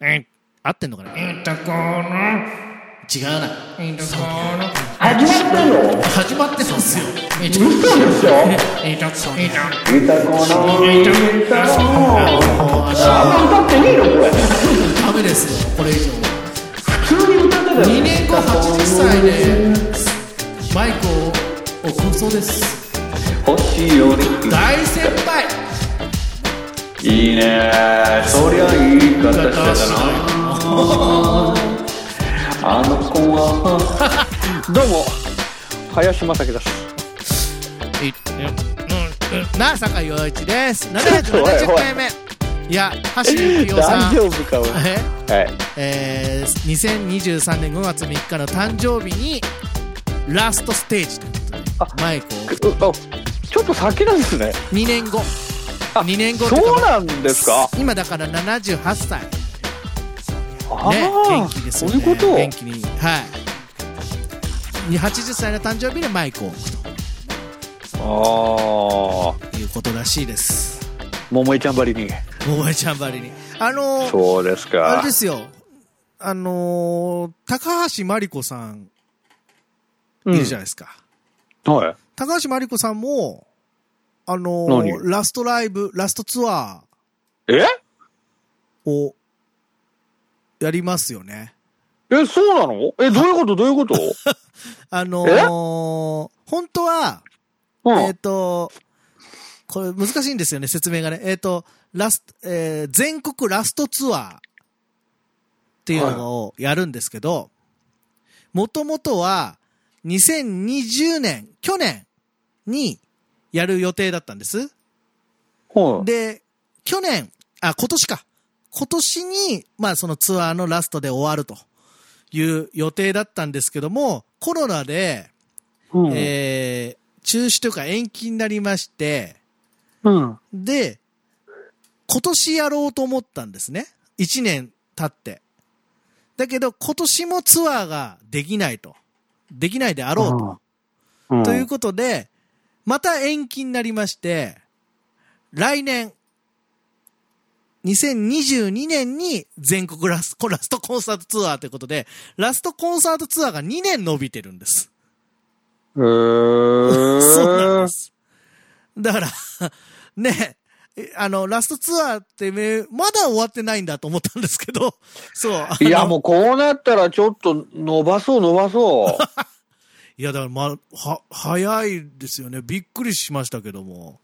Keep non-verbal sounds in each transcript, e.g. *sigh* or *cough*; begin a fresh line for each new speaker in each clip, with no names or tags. えー合ってんのかな違う
いいところ
な。
いいところ
始まったよ
始まってますよ。
嘘でしょ
いいところいいところ
いたこのいたこの
もう、
あ
あ
んま歌ってねえのこれ
の、ダメですよ、これ以上は。
普通に歌ってたよ
2年後80歳でマイクを置くそうです
星より
大先輩
いいねそりゃいい方してたなあの子は *laughs* どうも林正樹です
いうんうんなあ坂井陽一です770回目いや橋幸夫さ
大
ん
丈夫かおいは
え
い
えー、2023年5月3日の誕生日にラストステージということでマイクを
うあちょっと先なんですね
2年後
あ
2年後ってい
そうう
か
なんですか
今だから78歳
あ
ね、元
あ
気です
そ
よ
う
ね
いうこと
元気にはいに80歳の誕生日でマイクを置く
ああ
ということらしいです
桃井ちゃんばりに
桃江ちゃんばりにあのー、
そうです
あ
か
れですよあのー、高橋真理子さんいるじゃないですか、
うんはい
高橋真理子さんもあのー、
何
ラストライブラストツア
え
ーをやりますよね
え、そうなのえ、どういうことどういうこと
*laughs* あのー、本当は
うん。
えっ、と、これ難しいんですよね、説明がね。えっ、と、ラスト、えー全国ラストツアーっていうのをやるんですけど、もともとは2020年、去年にやる予定だったんです。
はい
で、去年、あ、今年か。今年に、まあそのツアーのラストで終わるという予定だったんですけども、コロナで、
うん
えー中止というか延期になりまして、
うん。
で、今年やろうと思ったんですね。1年経って。だけど、今年もツアーができないと。できないであろうと。
うん。
ということで、また延期になりまして、来年、2022年に全国ラスラストコンサートツアーということで、ラストコンサートツアーが2年伸びてるんです。
えー、
そうなんです。だから、 *laughs* ね、えあの、ラストツアーってめ、まだ終わってないんだと思ったんですけど、 *laughs* そう。あの
いや、もうこうなったらちょっと伸ばそう伸
*laughs*
ばそう。
いや、だから、ま、は、早いですよね。びっくりしましたけども。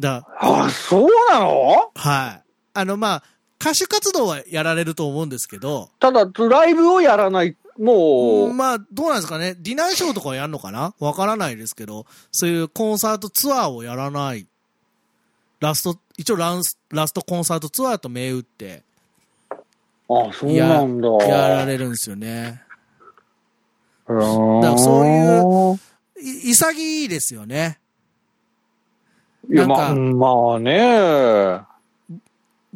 だ、
あ、そうなの
はい。あの、まあ、歌手活動はやられると思うんですけど、
ただ、ライブをやらない、もう、
まあ、どうなんですかね。ディナーショーとかはやるのかなわからないですけど、そういうコンサートツアーをやらない。ラスト、一応ランス、ラストコンサートツアーと銘打って、
あ、そうなんだ。
やられるんですよね。
うーん
だからそういうい潔いですよね。
いや、
なん
ま
か
あ、まあね。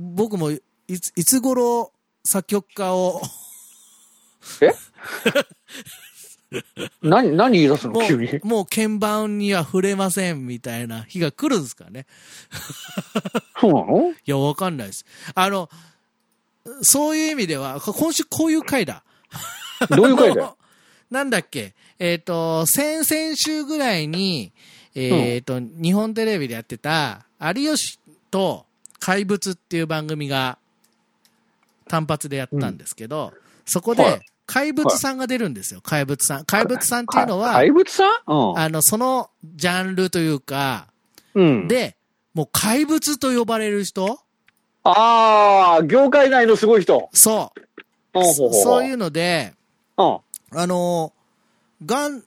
僕もいつ、いつ頃作曲家を、
え何、何言い出す
も
の急に。
う、もう鍵盤には触れませんみたいな日が来るんですかね。
そうなの
いや、わかんないです。あの、そういう意味では、こ今週こういう回だ。
どういう回だよ。
*laughs* なんだっけ、えっ、と、先々週ぐらいに、えっ、と、日本テレビでやってた、有吉と怪物っていう番組が単発でやったんですけど、そこ
はい
で怪物さんが出るんですよ、怪物さん。怪物さんっていうの
か
は、
怪物さんうん。
あの、そのジャンルというか、
うん、
で、もう怪物と呼ばれる人
ああ、業界内のすごい人。
そう。そそういうので、
うん。
あの、ガン、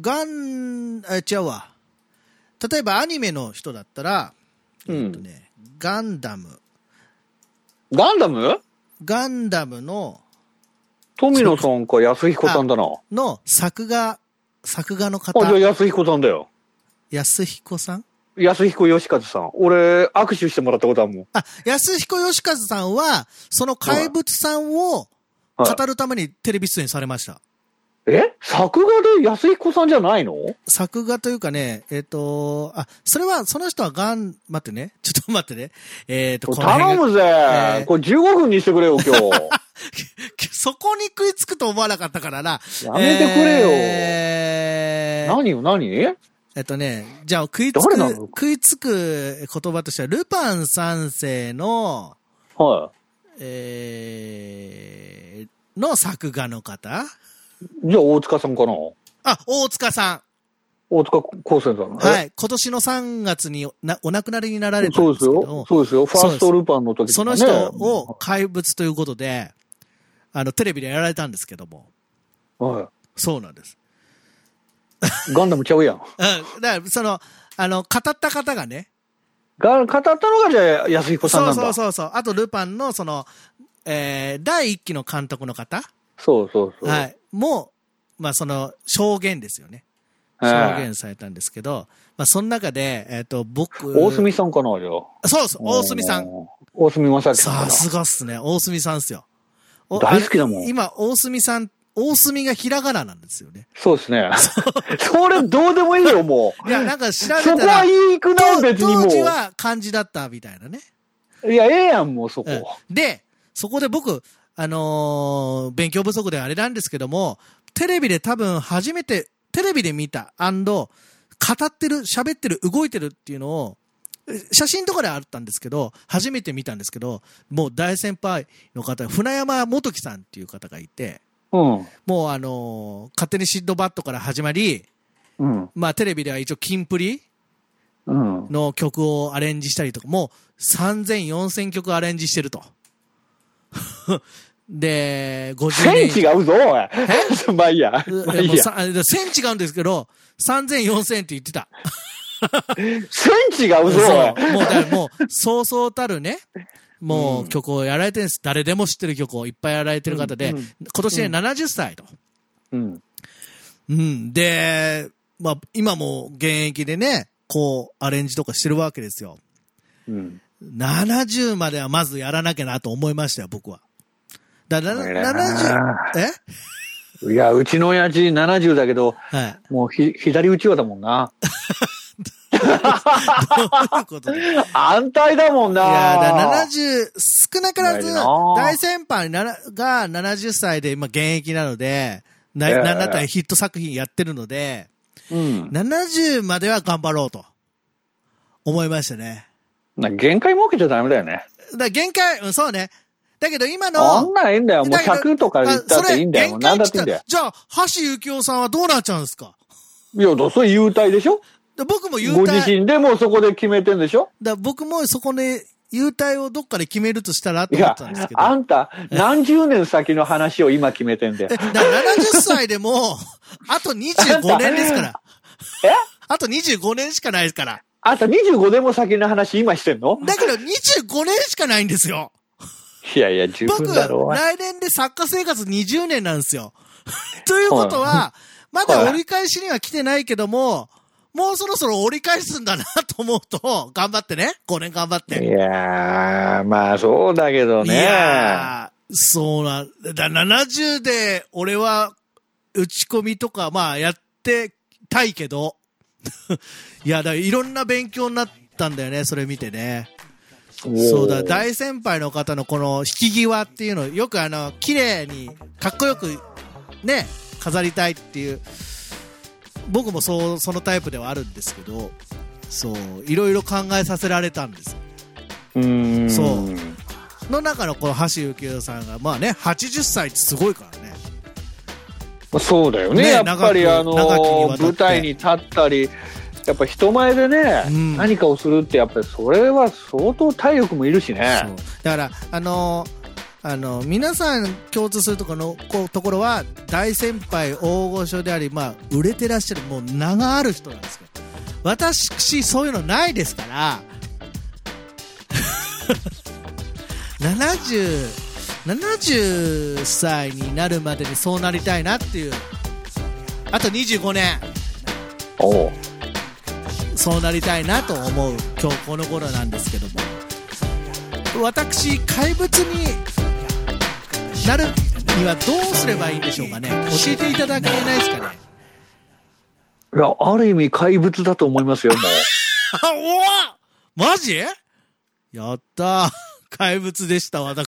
ガン、え、違うわ。例えばアニメの人だったら、
うん
えっとね、ガンダム。
ガンダム
ガンダムの、
富野さんか安彦さんだな。
の作画、作画の方、
あ、じゃあ安彦さんだよ。
安彦さん
安彦義和さん。俺、握手してもらったことあるもん。
あ、安彦義和さんは、その怪物さんを
はい
語るためにテレビ出演されました。
え作画で安彦さんじゃないの
作画というかね、えっ、と、あ、それは、その人はガン、待ってね。ちょっと待ってね。えっ、と、この辺
頼
が
むぜ、
えー
これ15分にしてくれ
*laughs*
よ、今日。
そこに食いつくと思わなかったからな。
やめてくれよ。
えー
何よ、何
えっとね、じゃあ食いつく、
誰なの
食いつく言葉としては、ルパン三世の、
は
えー、の作画の方
い。じゃあ、大塚さんかな
あ、大塚さん。
大塚高専さん。。
はいい。今年の3月におなお亡くなりになられた
そ
ん
う
で
です
すけど
よ。、そうですよ。ファーストルパンの時、ね、
その人を怪物ということで、あの、テレビでやられたんですけども。
は
そうなんです。
い。ガンダムちゃうやん。
うん。だから、その、あの、語った方がね、
が、語ったのがじゃあ安彦さん
そ
な
うん
だ。
そうそうそう。あと、ルパンの、その、えー、第一期の監督の方
そうそうそう。
は。い。も、まあ、その、証言ですよね。
ええ
証言されたんですけど、まあ、その中で、えっ、と、僕、
大隅さんかな、じゃあ。
そうそう、大隅さん。。
大隅正明さん
さ
か
すがっすね。大隅さんっすよ。お
大好きだもん
あれ今、大隅さん、大隅がひらがななんですよね。
な。そうですね。 *laughs* それどうでもいいよ、もう。
いや、なんか調べ
そ
た
こは
ら、
いいくない、別にも
当時は漢字だったみたいなね。
う。いや、ええやん、もうそこ。
うん、で、そこで僕、あのー勉強不足であれなんですけども、テレビで多分初めて、テレビで見た、アンド、語ってる、喋ってる、動いてるっていうのを、え写真とかであったんですけど、初めて見たんですけど、もう大先輩の方、船山元樹さんっていう方がいて、
うん。
もうあのー勝手にシッドバットから始まり、
うん。
まあテレビでは一応キンプリ
うん。
の曲をアレンジしたりとか、もう3000、4000曲アレンジしてると。 *laughs* で、50
線
年。
違うぞ、お *laughs* い。まあいいや。まあ
え
い
もう
いや。
さあ1000違うんですけど、3000、4000って言ってた。
線違うぞ、おい。
もう、だからもう、そうそうたるね、もう曲をやられてるんです。誰でも知ってる曲をいっぱいやられてる方で、
うんうん
今年で70歳と。
うん。
うん。で、まあ、今も現役でね、こう、アレンジとかしてるわけですよ。
うん。
70まではまずやらなきゃなと思いましたよ、僕は。だから、
偉い
70、
ない
え
いや、うちの親父70だけど、 *laughs*
はい。
もうひ左打ちよだもんな。
どういうことだいや、
安泰だもんな。
だから70、少なからず、
偉いな
大先輩ならが70歳で今現役なので、な、
ええ
なんだったらヒット作品やってるので、
うん。
70までは頑張ろうと、思いましたね。
な限界設けちゃダメだよね。
だから限界、うん、そうね。だけど今
あん
の、
なんいいんだよ。もう
だけど
100とか言ったっていいんだよ。も
あ
う何
それ限界
だ
っ
っていいんだよ
て。言ったらじゃあ、橋幸夫さんはどうなっちゃうんですか
いや、だそれ優待でしょ
で僕も言
ご
うたい
自身でもうそこで決めてんでしょ
だから僕もそこで、優待をどっかで決めるとしたらと
い
思っ
や
たんですけ、ど。
あんた、何十年先の話を今決めてん
*laughs*
だよ
え、。だから70歳でも、あと25年ですから。
え
あと25年しかないですから。
あんた25年も先の話今してんの
だけど25年しかないんですよ。
いやいや、十
僕、
分だろう。
来年で作家生活20年なんですよ。 *laughs* ということは、まだ折り返しには来てないけども、もうそろそろ折り返すんだなと思うと、頑張ってね。5年頑張って
い。やー、まあそうだけど
い
ね。
やーそうなんだ。70で俺は打ち込みとか、まあやってたいけど。 *laughs* いや、だからいろんな勉強になったんだよね、それ見てね。そうだ、
だい
大先輩の方のこの引き際っていうの、よくあの、綺麗に、かっこよく、ね、飾りたいっていう、僕もそう、そのタイプではあるんですけど、そう、いろいろ考えさせられたんですよ
うーん。
そ
そうう。
の中のこの橋幸夫さんが、まあね、80歳ってすごいからね。
そうだよね。
ね
やっぱり
長く
あの
長きにわたっ
ー、
て
舞台に立ったり、やっぱ人前でね、
うん
何かをするって、やっぱりそれは相当体力もいる
そ
しね
う。だから、あのーあのー皆さん共通するとこのこうところは、大先輩、大御所であり、まあ、売れてらっしゃる、もう名がある人なんですけど、私、そういうのないですから、70、70歳になるまでにそうなりたいなっていう、あと25年。
おう
そうなりたいなと思う今日この頃なんですけども私怪物になるにはどうすればいいんでしょうかね。教えていただけないですかね。
いや、ある意味怪物だと思いますよ、も
あ、おわマジやったー。怪物でした、私。